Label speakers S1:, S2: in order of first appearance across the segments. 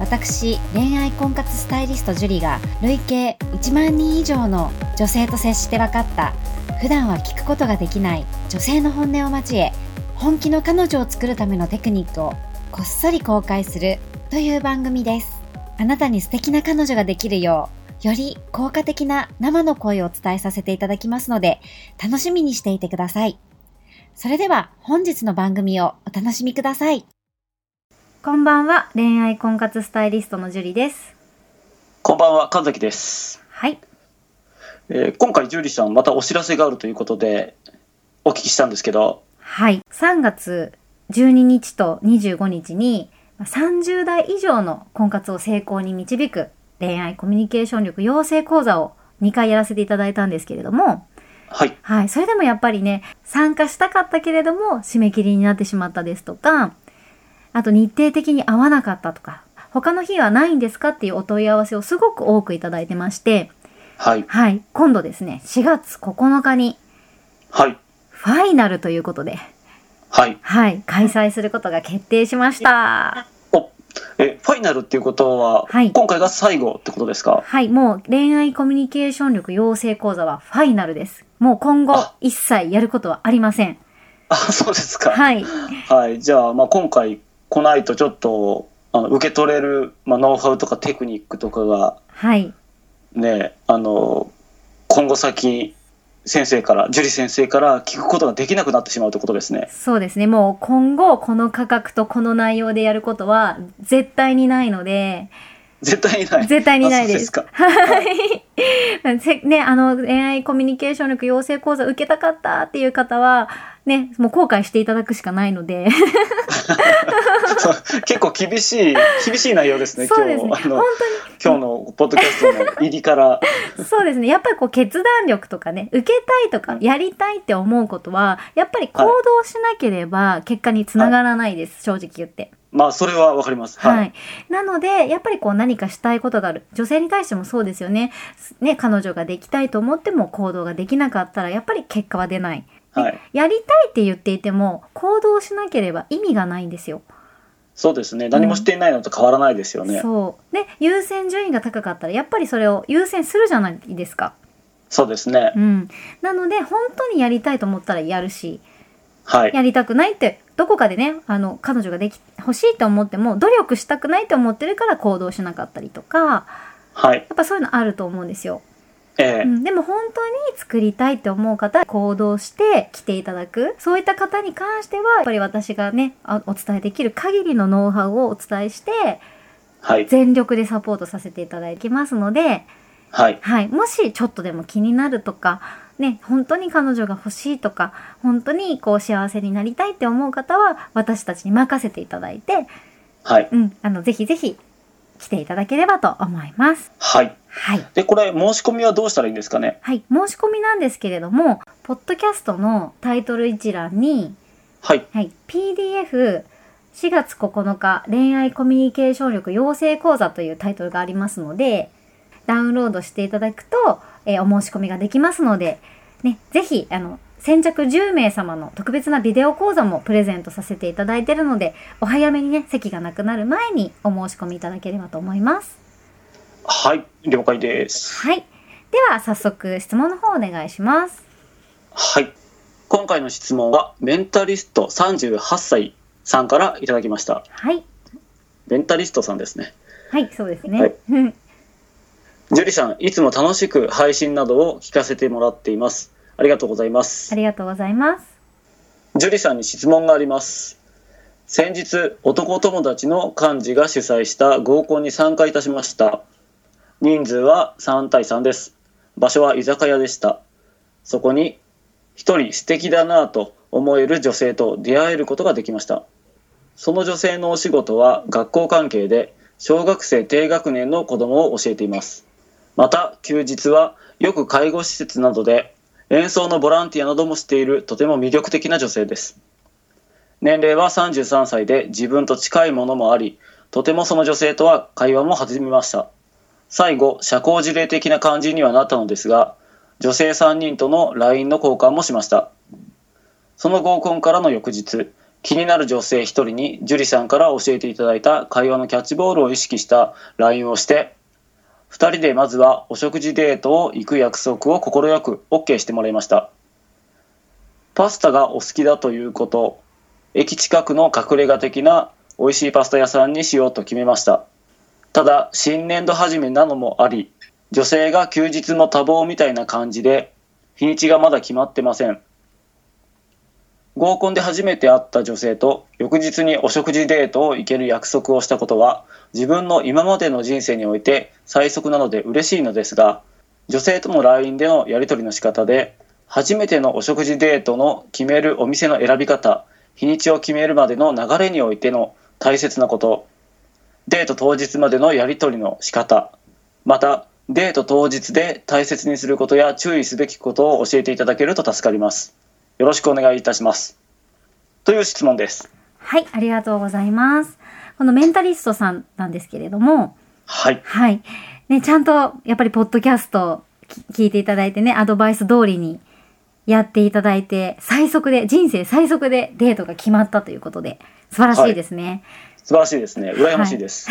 S1: 私恋愛婚活スタイリストジュリが累計1万人以上の女性と接して分かった普段は聞くことができない女性の本音を交え本気の彼女を作るためのテクニックをこっそり公開するという番組ですあなたに素敵な彼女ができるようより効果的な生の声をお伝えさせていただきますので楽しみにしていてくださいそれでは本日の番組をお楽しみくださいこんばんは恋愛婚活スタイリストのジュリです
S2: こんばんは、神崎です。
S1: はい
S2: えー今回、樹里さん、またお知らせがあるということで、お聞きしたんですけど、
S1: はい。3月12日と25日に、まあ30代以上の婚活を成功に導く恋愛コミュニケーション力養成講座を2回やらせていただいたんですけれども、
S2: はい、
S1: はい。それでもやっぱりね、参加したかったけれども、締め切りになってしまったですとか、あと日程的に合わなかったとか、他の日はないんですかっていうお問い合わせをすごく多くいただいてまして、
S2: はい、
S1: はい。今度ですね、4月9日に
S2: はい、
S1: ファイナルということで、
S2: はい。
S1: はい、開催することが決定しました。
S2: おえファイナルっていうことは、
S1: はい
S2: 今回が最後ってことですか
S1: はい、もう恋愛コミュニケーション力養成講座はファイナルです。もう今後
S2: あ
S1: 一切やることはありません。
S2: あ、そうですか。はい、
S1: はい、
S2: じゃあ、まあ、今回来ないと、ちょっと、あの受け取れる、まあ、ノウハウとかテクニックとかが、
S1: はい、
S2: ね、あの、今後先、先生から、樹里先生から聞くことができなくなってしまうってことですね。
S1: そうですね。もう今後この価格とこの内容でやることは絶対にないの で、
S2: 絶対にない。
S1: 絶対にない
S2: あそう
S1: で
S2: ですす。か。
S1: はい。せね、あの、恋愛コミュニケーション力養成講座受けたかったっていう方は、ね、もう後悔していただくしかないので。
S2: 結構厳しい厳しい内容ですね。
S1: そうですね。
S2: 今
S1: 本
S2: 日あ
S1: 当
S2: の
S1: に
S2: 今日のポッドキャストの入りから、
S1: そうですね。やっぱりこう決断力とかね、受けたいとか、やりたいって思うことは、やっぱり行動しなければ結果につながらないです、正直言って。
S2: まあそれはわかります。
S1: はい。
S2: はい。
S1: なので、やっぱりこう何かしたいことがある。女性に対してもそうですよね。ね、彼女ができたいと思っても行動ができなかったら、やっぱり結果は出ない。
S2: はい。
S1: やりたいって言っていても、行動しなければ意味がないんですよ。
S2: そうですね。何もしていないのと変わらないですよね。
S1: そう。で、優先順位が高かったら、やっぱりそれを優先するじゃないですか。
S2: そうですね
S1: う。ん。なので、本当にやりたいと思ったらやるし、
S2: はい。
S1: やりたくないって、どこかでね、あの、彼女ができ、欲しいと思っても、努力したくないと思ってるから行動しなかったりとか、
S2: はい。
S1: やっぱそういうのあると思うんですよ。
S2: え
S1: う
S2: え
S1: ん。でも本当に作りたいって思う方、行動して来ていただく。そういった方に関しては、やっぱり私がね、あお伝えできる限りのノウハウをお伝えして、
S2: はい。
S1: 全力でサポートさせていただきますので、
S2: はい。
S1: はい。もしちょっとでも気になるとか、ね、本当に彼女が欲しいとか、本当にこう幸せになりたいって思う方は、私たちに任せていただいて、
S2: はい。
S1: うん、あの、ぜひぜひ来ていただければと思います。
S2: はい。
S1: はい。
S2: で、これ申し込みはどうしたらいいんですかね。
S1: はい。申し込みなんですけれども、ポッドキャストのタイトル一覧に、
S2: はい。
S1: はい、PDF4 月9日恋愛コミュニケーション力養成講座というタイトルがありますので、ダウンロードしていただくと、えーお申し込みができますので、ね、ぜひ、あの、先着10名様の特別なビデオ講座もプレゼントさせていただいているので、お早めにね、席がなくなる前にお申し込みいただければと思います。
S2: はい。了解です。
S1: はい。では、早速、質問の方お願いします。
S2: はい。今回の質問はメンタリスト38歳さんからいただきました。
S1: はい。
S2: メンタリストさんですね。
S1: はい、そうですね。
S2: はい
S1: うん
S2: ジュリさん、いつも楽しく配信などを聞かせてもらっています。ありがとうござい ま
S1: あ
S2: す。
S1: りがとうございます。
S2: ジュリさんに質問があります。先日、男友達の幹事が主催した合コンに参加いたしました。人数は3対3です。場所は居酒屋でした。そこに、一人素敵だなぁと思える女性と出会えることができました。その女性のお仕事は学校関係で、小学生低学年の子供を教えています。また休日はよく介護施設などで演奏のボランティアなどもしているとても魅力的な女性です年齢は33歳で自分と近いものもありとてもその女性とは会話も弾みました最後社交辞令的な感じにはなったのですが女性3人との LINE の交換もしましたその合コンからの翌日気になる女性1人に樹里さんから教えていただいた会話のキャッチボールを意識した LINE をして2人でまずはお食事デートを行く約束を快く OK してもらいましたパスタがお好きだということ駅近くの隠れ家的な美味しいパスタ屋さんにしようと決めましたただ新年度始めなのもあり女性が休日の多忙みたいな感じで日にちがまだ決まってません合コンで初めて会った女性と翌日にお食事デートを行ける約束をしたことは自分の今までの人生において最速なので嬉しいのですが女性との LINE でのやり取りの仕方で初めてのお食事デートの決めるお店の選び方日にちを決めるまでの流れにおいての大切なことデート当日までのやり取りの仕方またデート当日で大切にすることや注意すべきことを教えていただけると助かりますよろしくお願いいたしますという質問です
S1: はい、ありがとうございます。このメンタリストさんなんですけれども、
S2: はい
S1: はい。ね、ちゃんと、やっぱり、ポッドキャストき聞いていただいてね、アドバイス通りにやっていただいて、最速で、人生最速でデートが決まったということで、素晴らしいですね。
S2: 素晴らしいですね羨ましいです、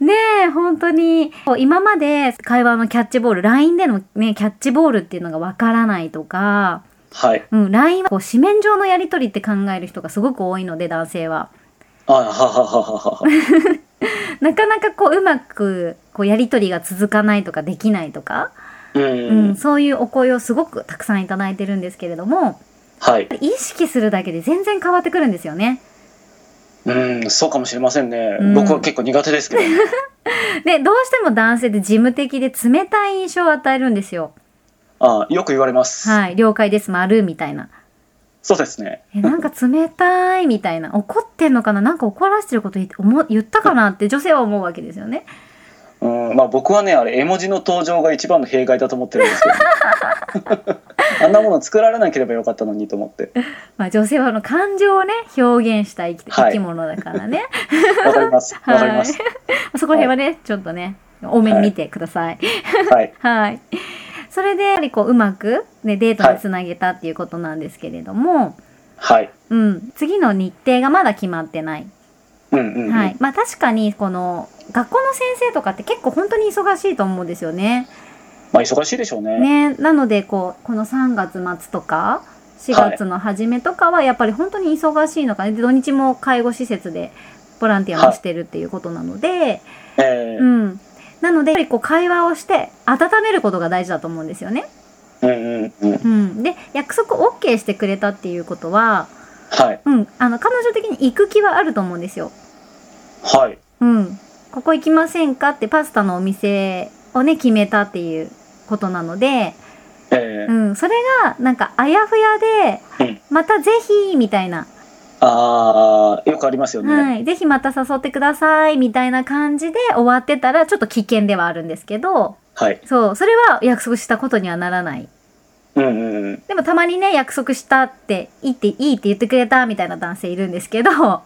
S1: ねえ、本当に、こう今まで会話のキャッチボール、LINE でのね、キャッチボールっていうのがわからないとか、
S2: はい
S1: うん、LINE はこう、紙面上のやりとりって考える人がすごく多いので、男性は。
S2: あはははははは
S1: なかなかこう、うまく、こう、やりとりが続かないとか、できないとか、
S2: うん、
S1: うん、そういうお声をすごくたくさんいただいてるんですけれども、
S2: はい
S1: 意識するだけで全然変わってくるんですよね。
S2: うんそうかもしれませんね、
S1: うん
S2: 僕は結構苦手ですけど
S1: で、どうしても男性って事務的で冷たい印象を与えるんですよ。
S2: あよく言われます、
S1: はい、了解です、丸、みたいな。
S2: そうですね
S1: え、なんか冷たい、みたいな。怒ってんのかななんか怒らせてること言って思言ったかなって女性は思うわけですよね。
S2: うんまあ僕はねあれ絵文字の登場が一番の弊害だと思ってるんです けどあんなもの作られなければよかったのにと思って
S1: まあ女性はあの感情をね、表現したい生き,、
S2: はい
S1: 物だからね。
S2: わかりますわかり
S1: は
S2: ま
S1: い
S2: す。
S1: そこら辺はね、ちょっとね、多めに見てください
S2: はい
S1: はい。それで、やっぱりこう、うまく、ね、デートにつなげたっていうことなんですけれども、
S2: はい
S1: うん、次の日程がまだ決まってない。
S2: うんうん、うん
S1: はい。まあ確かに、この、学校の先生とかって結構本当に忙しいと思うんですよね。
S2: まあ忙しいでしょうね
S1: ね。なので、こう、この3月末とか、4月の初めとかは、やっぱり本当に忙しいのかね。で土日も介護施設でボランティアもしてるっていうことなので、
S2: ええ
S1: うん。なので、やっぱりこう、会話をして、温めることが大事だと思うんですよね。
S2: うんうんうん
S1: うん、で約束 OK してくれたっていうことは、
S2: はい
S1: うん、あの彼女的に行く気はあると思うんですよ。
S2: はい
S1: うん、ここ行きませんかってパスタのお店をね決めたっていうことなので、
S2: ええ
S1: うん、それがなんかあやふや
S2: う
S1: で
S2: ん
S1: またぜひみたいな、
S2: ああよくありますよね、
S1: はい、ぜひまた誘ってくださいみたいな感じで終わってたらちょっと危険ではあるんですけど
S2: はい
S1: そうそれは約束したことにはならない
S2: うんうんうん
S1: でもたまにね、約束したって、いいって、いいって言ってくれたみたいな男性いるんですけど、そ
S2: は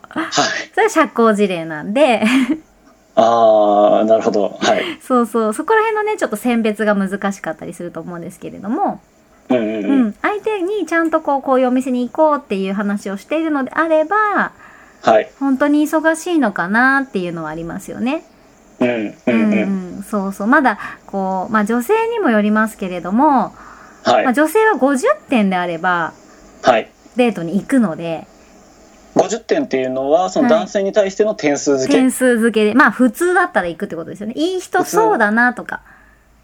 S2: い
S1: れは社交辞令なんで、
S2: ああなるほどはい
S1: そうそう、そこら辺のね、ちょっと選別が難しかったりすると思うんですけれども、
S2: うんうん
S1: う
S2: うん、
S1: ん、相手にちゃんとこう、こういうお店に行こうっていう話をしているのであれば、
S2: はい
S1: 本当に忙しいのかなっていうのはありますよね。
S2: うんうんうん、
S1: うん、そうそう。まだ、こう、まあ女性にもよりますけれども、
S2: はい、
S1: まあ女性は50点であれば、
S2: はい
S1: デートに行くので、
S2: 50点っていうのはその
S1: はい
S2: 男性に対しての点数付け、
S1: 点数付けで、まあ普通だったら行くってことですよね。いい人そうだなとか。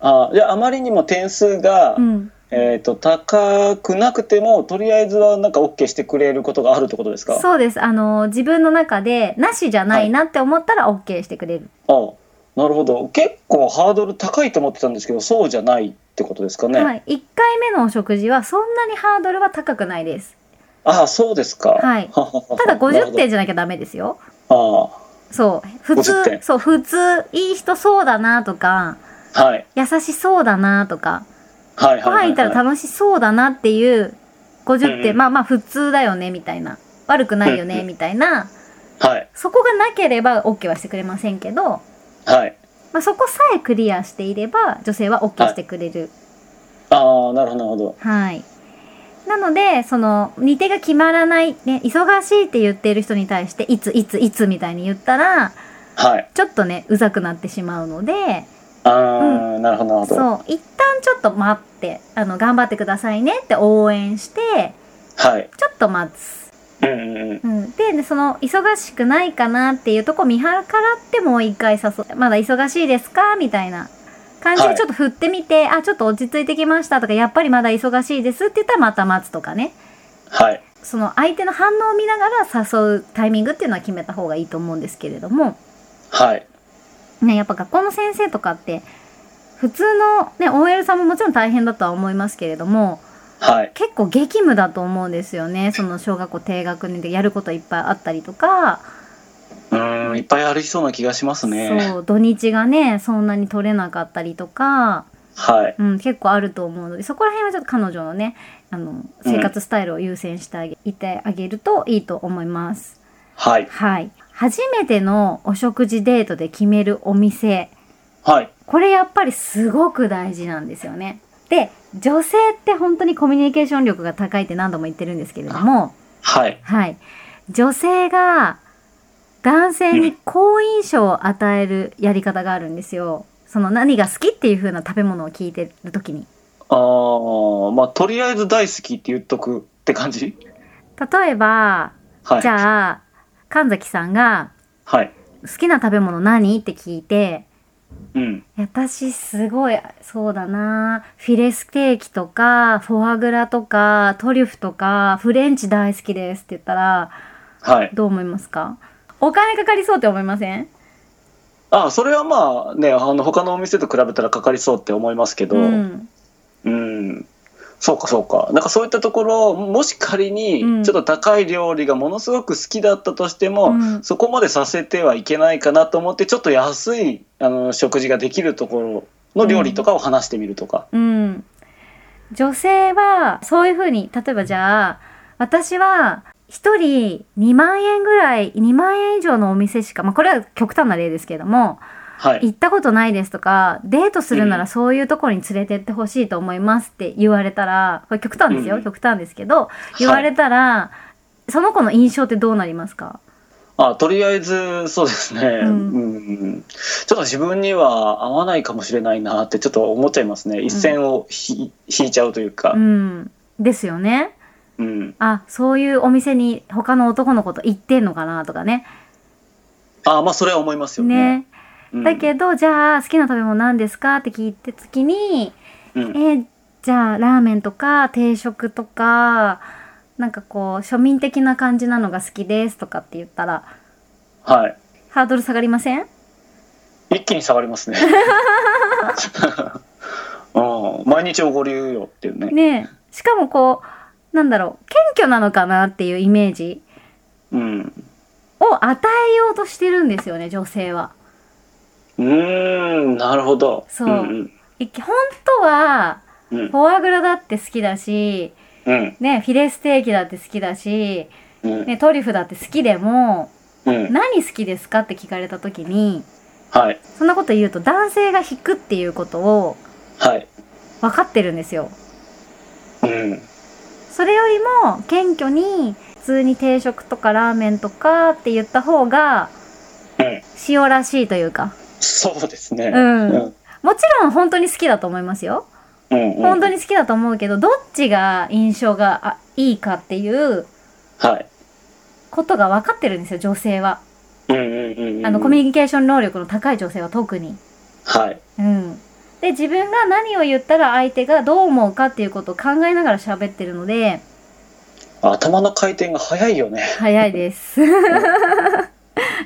S2: あーじゃああまりにも点数が、
S1: うん。
S2: えー、と高くなくてもとりあえずはなんか OK してくれることがあるってことですか
S1: そうです。あの、自分の中で、なしじゃないなって思ったら OK してくれる。
S2: あーなるほど結構ハードル高いと思ってたんですけどそうじゃないってことですかね、
S1: はい。1回目のお食事は、そんなにハードルは高くないです。
S2: ああそうですか
S1: はい
S2: ははは
S1: ただ
S2: なるほ
S1: 50
S2: ど
S1: 点じゃなきゃダメですよ。
S2: あ
S1: そう。普
S2: 50
S1: 通、
S2: 点
S1: そう、普通、いい人そうだなとか、
S2: あはい。
S1: 優しそうだなとか、
S2: はい。
S1: ご飯
S2: はい。
S1: 行ったら楽しそうだなっていう50っ
S2: うん
S1: て、
S2: うん
S1: まあまあ普通だよね、みたいな。悪くないよね、みたいな。
S2: はい。
S1: そこがなければ OK はしてくれませんけど、
S2: はい。
S1: まあ、そこさえクリアしていれば女性は OK してくれる。
S2: ああ、なるほど、なるほど。
S1: はい。なので、その、似手が決まらない、ね、忙しいって言っている人に対して、いつ、いつ、いつみたいに言ったら、
S2: はい。
S1: ちょっとね、うざくなってしまうので、
S2: ああ、なるほど、なるほど。は
S1: そう、一旦ちょっと待って、あの、頑張ってくださいねって応援して、
S2: い。
S1: ちょっと待つ。
S2: うんうんうん。
S1: うん。で、でその、忙しくないかなっていうとこ見計らってもう一回誘う。まだ忙しいですかみたいな感じ
S2: は
S1: で
S2: い
S1: ちょっと振ってみて、あ、ちょっと落ち着いてきましたとか、やっぱりまだ忙しいですって言ったらまた待つとかね。
S2: はい。
S1: その相手の反応を見ながら誘うタイミングっていうのは決めた方がいいと思うんですけれども、
S2: はい。
S1: ね、やっぱ学校の先生とかって、普通のね、OL さんももちろん大変だとは思いますけれども、
S2: はい。
S1: 結構激務だと思うんですよね。その小学校低学年でやることいっぱいあったりとか、
S2: うーん、いっぱいありそうな気がしますね。
S1: そう、土日がね、そんなに取れなかったりとか、
S2: はい。
S1: うん、結構あると思うので、そこら辺はちょっと彼女のね、あの、生活スタイルを優先してあげ、いてあげるといいと思います。
S2: はい。
S1: はい。初めてのお食事デートで決めるお店。
S2: はい。
S1: これやっぱりすごく大事なんですよね。で、女性って本当にコミュニケーション力が高いって何度も言ってるんですけれども、
S2: はい。
S1: はい。女性が男性に好印象を与えるやり方があるんですよ。その何が好きっていう風な食べ物を聞いてるときに。
S2: ああ、まあ、とりあえず大好きって言っとくって感じ
S1: 例えば、
S2: はい。
S1: じゃあ、神崎さんが
S2: はい。
S1: 好きな食べ物何って聞いて、
S2: うん。
S1: 私すごいそうだなフィレステーキとかフォアグラとかトリュフとかフレンチ大好きですって言ったら
S2: はい。
S1: どう思いますかお金かかりそうって思いません
S2: ああ、それはまあね、あの、他のお店と比べたらかかりそうって思いますけど、
S1: ん、
S2: うん、そうかそうか。なんかそういったところ、もし
S1: う
S2: 仮に
S1: ん
S2: ちょっと高い料理がものすごく好きだったとしても、
S1: うん
S2: そこまでさせてはいけないかなと思って、ちょっと安いあの食事ができるところの料理とかを話してみるとか。
S1: うん、女性はそういうふうに例えばじゃあ私は1人2万円ぐらい2万円以上のお店しか、まあ、これは極端な例ですけれども、
S2: はい。
S1: 行ったことないですとか、デートするな
S2: うん
S1: らそういうところに連れてってほしいと思いますって言われたら、これ極端ですよ、
S2: うん
S1: 極端ですけど、言われたら、その子の印象ってどうなりますか
S2: あ、とりあえず、そうですね、う
S1: うんん
S2: ちょっと自分には合わないかもしれないなってちょっと思っちゃいますね。一線をひ引いちゃうというか
S1: う。ん。ですよね。
S2: うん。
S1: あ、そういうお店に他の男の子と行ってんのかなとかね。
S2: あ、まあそれは思いますよね。
S1: ね。だけど、じゃあ、好きな食べ物何ですかって聞いた時に、
S2: ど、う
S1: え
S2: ん
S1: ーじゃあ、ラーメンとか定食とか、なんかこう、庶民的な感じなのが好きですとかって言ったら、
S2: はい。
S1: ハードル下がりません
S2: 一気に下がります ね。うん、毎日おごり言うよっていうね。
S1: ねえしかもこうなんだろう謙虚なのかなっていうイメージ
S2: うん。
S1: を与えようとしてるんですよね女性は。
S2: うーん、なるほど。
S1: そう
S2: うん
S1: い本当は
S2: うん、うん
S1: フォアグラだって好きだし、
S2: うん、
S1: ね、フィレステーキだって好きだし、
S2: うん、
S1: ね、トリュフだって好きでも
S2: うん、
S1: 何好きですかって聞かれた時に
S2: はい、
S1: そんなこと言うと男性が引くっていうことを
S2: はい、
S1: 分かってるんですよ。
S2: うん、
S1: それよりも謙虚に普通に定食とかラーメンとかって言った方が
S2: うん、
S1: 塩らしいというか
S2: そうですね。
S1: うん
S2: うん、
S1: もちろん本当に好きだと思いますよ。
S2: うん、
S1: 本当
S2: に。
S1: に好きだと思うけど、どっちが印象があいいかっていう
S2: はい。
S1: ことが分かってるんですよ、女性は。
S2: うん、うん、うんうん。
S1: あの、コミュニケーション能力の高い女性は特に。
S2: はい、
S1: うん。で、自分が何を言ったら相手がどう思うかっていうことを考えながら喋ってるので、
S2: 頭の回転が早いよね。
S1: 早いです。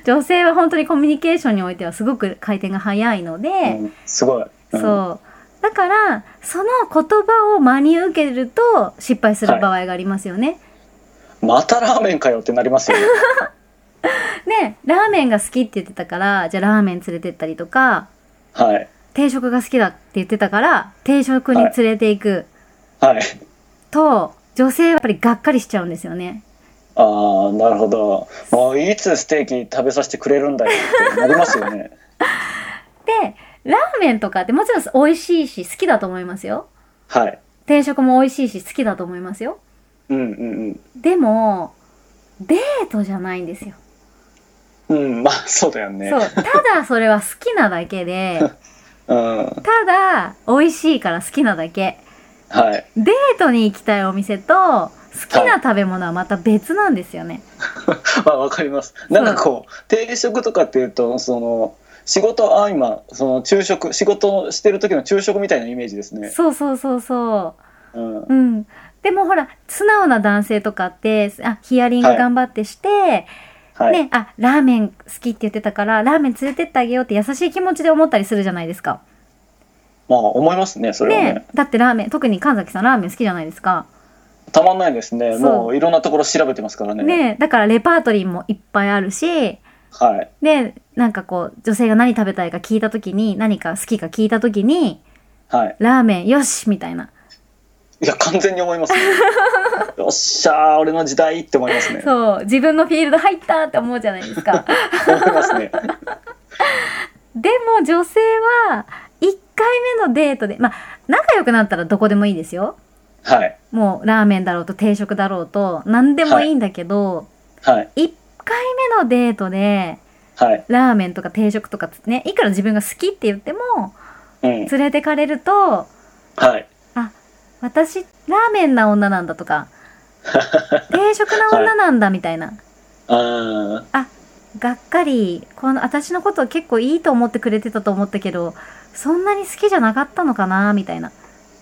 S1: 女性は本当にコミュニケーションにおいてはすごく回転が早いので、
S2: うん、すごい。うん
S1: そう。だから、その言葉を真に受けると失敗する場合がありますよね。
S2: またラーメンかよってなりますよね。
S1: ね、ラーメンが好きって言ってたから、じゃあラーメン連れてったりとか、
S2: はい、
S1: 定食が好きだって言ってたから、定食に連れて行く
S2: はい。
S1: と、女性はやっぱりがっかりしちゃうんですよね。
S2: ああ、なるほど。もういつステーキ食べさせてくれるんだよってなりますよね。
S1: で、ラーメンとかってもちろん美味しいし好きだと思いますよ。
S2: はい。
S1: 定食も美味しいし好きだと思いますよ。
S2: うんうん
S1: でも、デートじゃないんですよ。
S2: うん。うん、まあ そうだよね。
S1: そう。ただそれは好きなだけで、
S2: うん。は
S1: ただ美味しいから好きなだけ。
S2: い。
S1: デートに行きたいお店と、好きな食べ物はまた別なんですよね。
S2: まあわかります。なんかこう、定食とかっていうと、その、仕事、あ、今、その昼食、仕事をしてる時の昼食みたいなイメージですね。
S1: そうそうそうそう。
S2: うん。は
S1: うん。でもほら、素直な男性とかって、あ、ヒアリング頑張ってして、
S2: い。
S1: ね、あ、ラーメン好きって言ってたから、ラーメン連れてってあげようって優しい気持ちで思ったりするじゃないですか。
S2: まあ思いますね、それはね。
S1: ね、だってラーメン、特に神崎さんラーメン好きじゃないですか。
S2: たまんないですね。
S1: そう
S2: もういろんなところ調べてますからね。
S1: ね、だからレパートリーもいっぱいあるし、
S2: はい。
S1: で、なんかこう、女性が何食べたいか聞いた時に、何か好きか聞いた時に、
S2: はい。
S1: ラーメンよしみたいな。
S2: いや、完全に思 いますね。よっしゃー、俺の時代って思いますね。
S1: そう、自分のフィールド入ったって思うじゃないですか。
S2: 思いますね。
S1: でも女性は1回目のデートでまあ仲良くなったらどこでもいいですよ
S2: はい。
S1: もうラーメンだろうと定食だろうと何でもいいんだけど、
S2: はい。
S1: 1回目のデートで
S2: はい。
S1: ラーメンとか定食とかねいくら自分が好きって言っても
S2: うん。
S1: 連れてかれると
S2: はい。
S1: 私ラーメンな女なんだとか定食な女なんだみたいな、
S2: あ
S1: がっかりこの私のことを結構いいと思ってくれてたと思ったけどそんなに好きじゃなかったのかなみたいな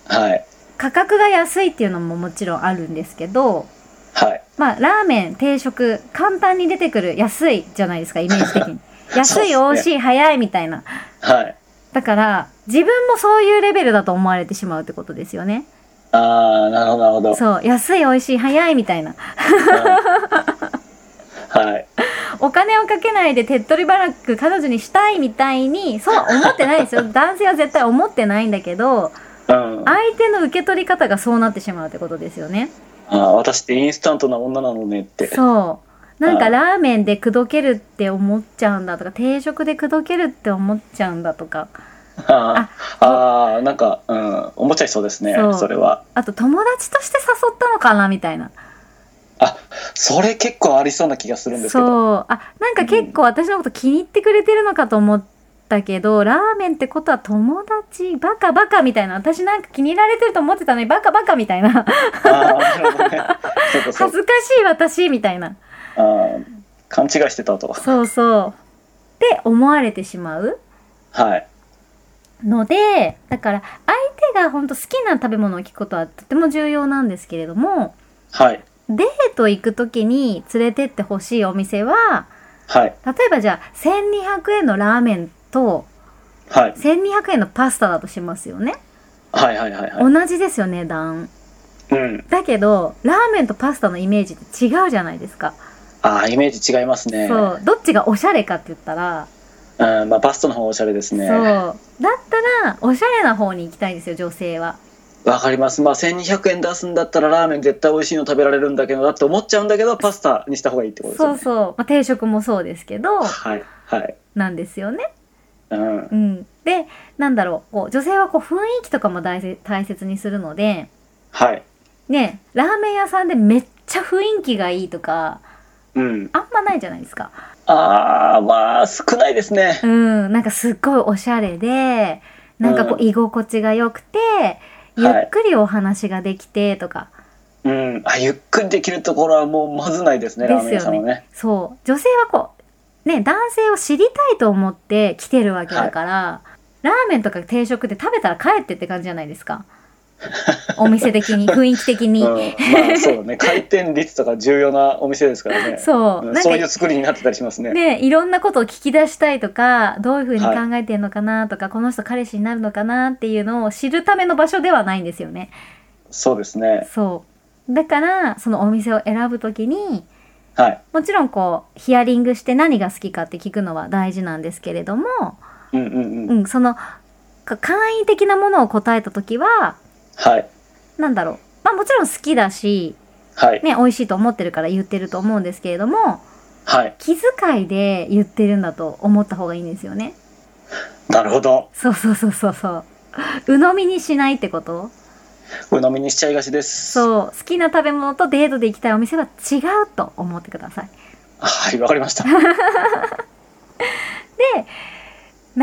S2: ー。はい。
S1: 価格が安いっていうのももちろんあるんですけど、
S2: はい。
S1: まあ、ラーメン、定食、簡単に出てくる安いじゃないですか、イメージ的 に。
S2: そう
S1: 安
S2: っす
S1: い、
S2: ね
S1: 美味しい、早いみたいな。
S2: はい。
S1: だから、自分もそういうレベルだと思われてしまうってことですよね。
S2: あー、なるほど、なるほど。
S1: そう、安い、美味しい、早いみたいな。
S2: うんはい。
S1: お金をかけないで手っ取り早く彼女にしたいみたいに、そうは思ってないですよ。 男性は絶対思ってないんだけど、
S2: うん。あ
S1: 相手の受け取り方がそうなってしまうってことですよね。
S2: ー私ってインスタントな女なのねって。
S1: そう。なん
S2: は
S1: か
S2: い
S1: ラーメンで口説けるって思っちゃうんだとか、定食で口説けるって思っちゃうんだとか、
S2: あーあー、なんか、うん。思っちゃいそうですね、
S1: そう
S2: それは。
S1: あと友達として誘ったのかなみたいな。
S2: あ、それ結構ありそうな気がするんですけど。
S1: そう。あ、なんか結構私のこと気に入ってくれてるのかと思ったけど、ラーメンってことは友達、バカバカみたいな。私なんか気に入られてると思ってたのに、バカバカみたいな。
S2: ああ、なるほどね。そうかそう
S1: 恥
S2: か。
S1: ずかしい私みたいな。
S2: あー勘違いしてたと。
S1: そうそう。って思われてしまう。
S2: はい。
S1: のでだから相手が本当好きな食べ物を聞くことはとても重要なんですけれども
S2: はい。
S1: デート行く時に連れてってほしいお店は
S2: はい。
S1: 例えばじゃあ1200円のラーメンと
S2: はい。
S1: 1200円のパスタだとしますよね、
S2: はいはいはいは
S1: 同じですよ値段
S2: い。うん。
S1: だけどラーメンとパスタのイメージって違うじゃないですか、
S2: ああ、イメージ違いますね。
S1: そうどっちがおしゃれかって言ったら、
S2: うん、まあ、パストの方がおしゃれです
S1: そう
S2: ね。
S1: だったらおしゃれな方に行きたいんですよ女性は
S2: わかります。まあ、1200円出すんだったらラーメン絶対美味しいの食べられるんだけどなって思っちゃうんだけど、パスタにした方がいいってことですよ
S1: そう
S2: ね。
S1: そう、まあ、定食もそうですけど
S2: はい。はい。
S1: なんですよね
S2: うん。
S1: うん、でなんだろうこう女性はこう雰囲気とかも大切大切にするので、
S2: はい。
S1: ね、ラーメン屋さんでめっちゃ雰囲気がいいとか
S2: うん。
S1: あんまないじゃないですか。
S2: ああ、まあ、少ないですね。
S1: うん、なんかすっごいおしゃれでなんかこう
S2: う
S1: 居心地が良くて、ゆっくりお話ができてとか、
S2: うん。あ、ゆっくりできるところはもうまずないですね、
S1: ですよね
S2: ラーメン屋さんはね。
S1: そう女性はこう、ね、男性を知りたいと思って来てるわけだから、ラーメンとか定食で食べたら帰ってって感じじゃないですか。お店的 に雰囲気的
S2: う
S1: に。
S2: ん。まあ、そう だね。回転率とか重要なお店ですからね。
S1: そうう、
S2: ん
S1: なん
S2: そ
S1: か
S2: ういう作りになってたりしますね。
S1: ね、いろんなことを聞き出したいとかどういうふうに考えてるのかなとか、この人彼氏になるのかなっていうのを知るための場所ではないんですよね。
S2: そうですね。
S1: そうだからそのお店を選ぶ時に
S2: はい。
S1: もちろんこうヒアリングして何が好きかって聞くのは大事なんですけれども、
S2: うんうんうん。
S1: うん、そのか簡易的なものを答えた時は
S2: はい。
S1: なんだろうまあもちろん好きだし、
S2: はい。
S1: ね、美味しいと思ってるから言ってると思うんですけれども
S2: はい。
S1: 気遣いで言ってるんだと思った方がいいんですよね。
S2: なるほど。
S1: そうそうそうそうそう。鵜呑みにしないってこと
S2: これ飲みにしちゃいがちです。
S1: そう好きな食べ物とデートで行きたいお店は違うと思ってください
S2: はい、わかりました。
S1: な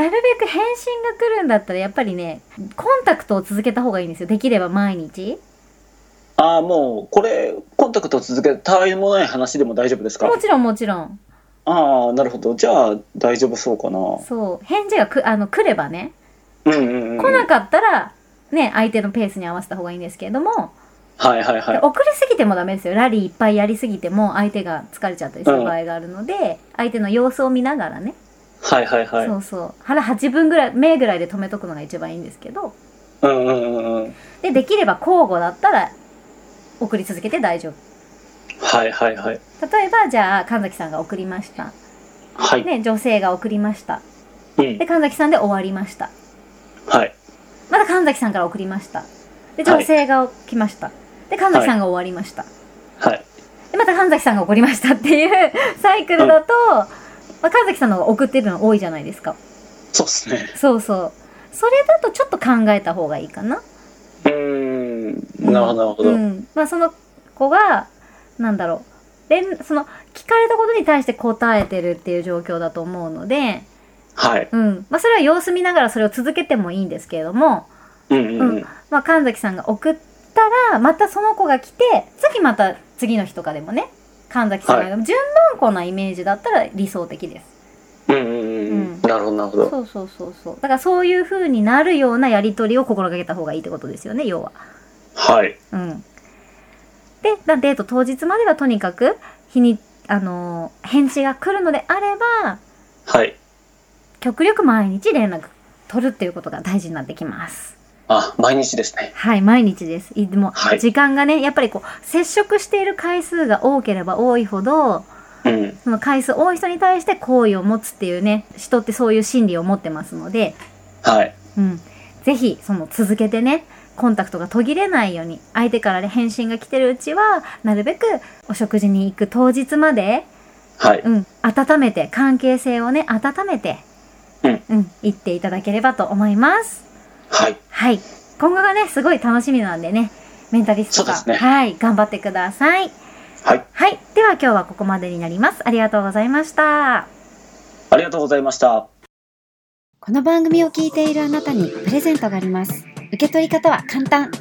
S1: るべく返信が来るんだったらやっぱりねコンタクトを続けた方がいいんですよできれば毎日
S2: ああ、もう、これ、コンタクト続け、たわいもない話でも大丈夫ですか
S1: もちろんもちろん
S2: ああ、なるほど。じゃあ、大丈夫そうかな。
S1: そう返事がくあの来ればね
S2: うんうんうん。
S1: 来なかったらね相手のペースに合わせた方がいいんですけれども、
S2: はいはいはい。
S1: 送りすぎてもダメですよラリーいっぱいやりすぎても相手が疲れちゃったりする場合があるので、相手の様子を見ながらね、
S2: はいはいはい。
S1: そうそう腹8分ぐらい目ぐらいで止めとくのが一番いいんですけど
S2: うんうんうんうん。
S1: でできれば交互だったら送り続けて大丈夫
S2: はいはいはい。
S1: 例えばじゃあ神崎さんが送りました、
S2: はい。
S1: ね、女性が送りました
S2: うん。
S1: で神崎さんで終わりました
S2: はい。
S1: また神崎さんから送りましたで
S2: はい
S1: 女性が来ました、で神崎さんが終わりました、
S2: はい。
S1: でまた神崎さんが送りましたっていう サイクルだと、まあ、神崎さんの方が送ってるの多いじゃないですか
S2: そうっすね。
S1: そうそうそれだとちょっと考えた方がいいかな
S2: うーん。なるほどなるほど。
S1: う
S2: うん
S1: んまあ、その子がなんだろう連その聞かれたことに対して答えてるっていう状況だと思うので、
S2: はい。
S1: うんまあ、それは様子見ながらそれを続けてもいいんですけれども、
S2: うんうんうん。
S1: まあ、神崎さんが送ったらまたその子が来て次また次の日とかでもね神崎さんが順番子なイメージだったら理想的です。
S2: うんうんうん
S1: う
S2: うんん。なるほどなるほど。
S1: そうそうそうそうだからそういう風になるようなやり取りを心がけた方がいいってことですよね要は。
S2: はい。
S1: うん。で、だデート当日まではとにかく、日に、あのー返事が来るのであれば、
S2: はい。
S1: 極力毎日連絡取るっていうことが大事になってきます。
S2: あ、毎日ですね。
S1: はい、毎日です。いでも、
S2: はい
S1: 時間がね、やっぱりこう、接触している回数が多ければ多いほど、
S2: うん。
S1: その回数多い人に対して好意を持つっていうね、人ってそういう心理を持ってますので、
S2: はい。
S1: うん。ぜひ、その続けてね、コンタクトが途切れないように、相手からね、返信が来てるうちは、なるべくお食事に行く当日まで、
S2: はい。
S1: うん、温めて、関係性をね、温めて、
S2: うん、
S1: 言っていただければと思います。
S2: はい。
S1: はい。今後がね、すごい楽しみなんでね、メンタリストが、
S2: そうですね
S1: はい、頑張ってください。
S2: はい。
S1: はい。では今日はここまでになります。ありがとうございました。
S2: ありがとうございました。
S3: この番組を聞いているあなたにプレゼントがあります。受け取り方は簡単。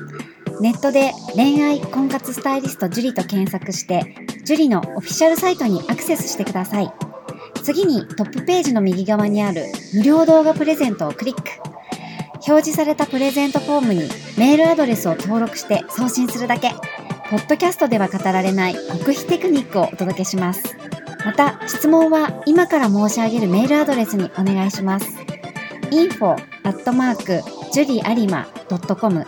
S3: ネットで恋愛婚活スタイリスト樹と検索して、樹のオフィシャルサイトにアクセスしてください。次にトップページの右側にある無料動画プレゼントをクリック。表示されたプレゼントフォームにメールアドレスを登録して送信するだけ。ポッドキャストでは語られない極秘テクニックをお届けします。また、質問は今から申し上げるメールアドレスにお願いします。info アットマーク juriarima.com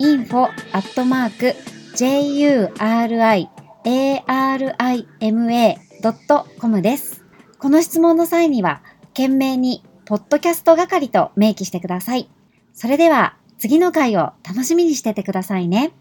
S3: info アットマーク juriarima.com です。この質問の際には、懸命に、ポッドキャスト係と明記してください。それでは、次の回を楽しみにしててくださいね。